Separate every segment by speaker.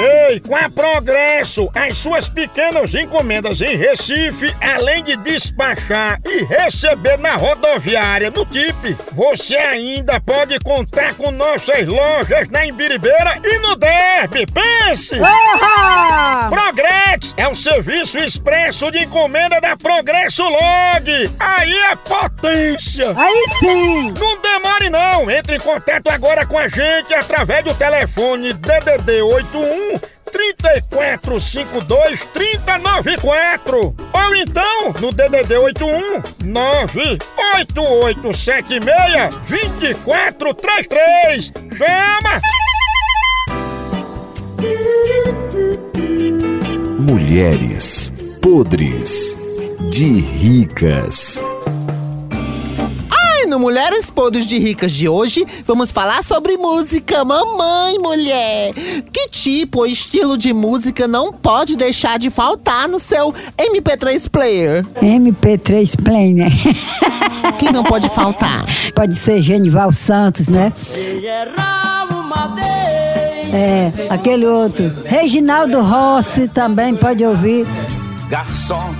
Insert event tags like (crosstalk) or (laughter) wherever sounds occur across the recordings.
Speaker 1: Ei, com a Progresso, as suas pequenas encomendas em Recife, além de despachar e receber na rodoviária no TIP, você ainda pode contar com nossas lojas na Imbiribeira e no Derby. Pense!
Speaker 2: Porra!
Speaker 1: Progresso é o serviço expresso de encomenda da Progresso Log. Aí é potência!
Speaker 2: Aí sim!
Speaker 1: Não demore não, entre em contato agora com a gente através do telefone DDD 81 3452 3094 ou então no DDD 81 98876 2433 chama!
Speaker 3: Mulheres podres de ricas.
Speaker 4: E no Mulheres Podres de Ricas de hoje, vamos falar sobre música. Mamãe, mulher! Que tipo ou estilo de música não pode deixar de faltar no seu MP3 player?
Speaker 5: MP3 Play, né? (laughs)
Speaker 4: Que não pode faltar?
Speaker 5: Pode ser Genival Santos, né? É, aquele outro. Reginaldo Rossi também pode ouvir.
Speaker 6: Garçom,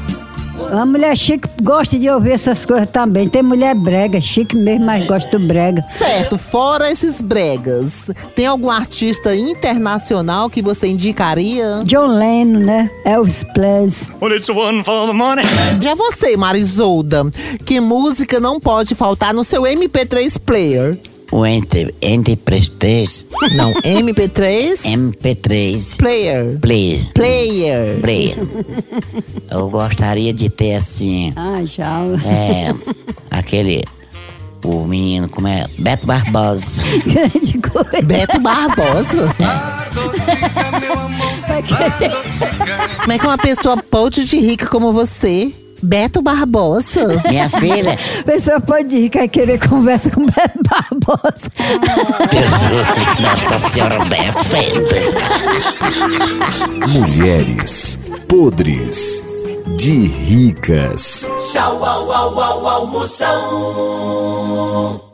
Speaker 5: A mulher chique gosta de ouvir essas coisas também. Tem mulher brega, chique mesmo, mas gosta do brega.
Speaker 4: Certo, fora esses bregas, tem algum artista internacional que você indicaria?
Speaker 5: John Lennon, né? Elvis Presley.
Speaker 4: Já você, Marisolda, que música não pode faltar no seu MP3 player?
Speaker 7: O Enter, Enter Press 3,
Speaker 4: Não, MP3
Speaker 7: MP3,
Speaker 4: player.
Speaker 7: Play,
Speaker 4: Player.
Speaker 7: Play. Eu gostaria de ter assim,
Speaker 5: Ah, já. (laughs)
Speaker 7: é, aquele, o menino, como é? Beto Barbosa.
Speaker 5: Grande coisa.
Speaker 4: Beto Barbosa. Como é que uma pessoa podre de rica como você, Beto Barbosa?
Speaker 7: Minha
Speaker 5: (laughs)
Speaker 7: filha,
Speaker 5: A pessoa pode ir, quer querer conversa com o Beto Barbosa.
Speaker 7: eu juro, Nossa Senhora defenda.
Speaker 3: Mulheres podres de ricas.
Speaker 8: Tchau, au, au, au, almoção.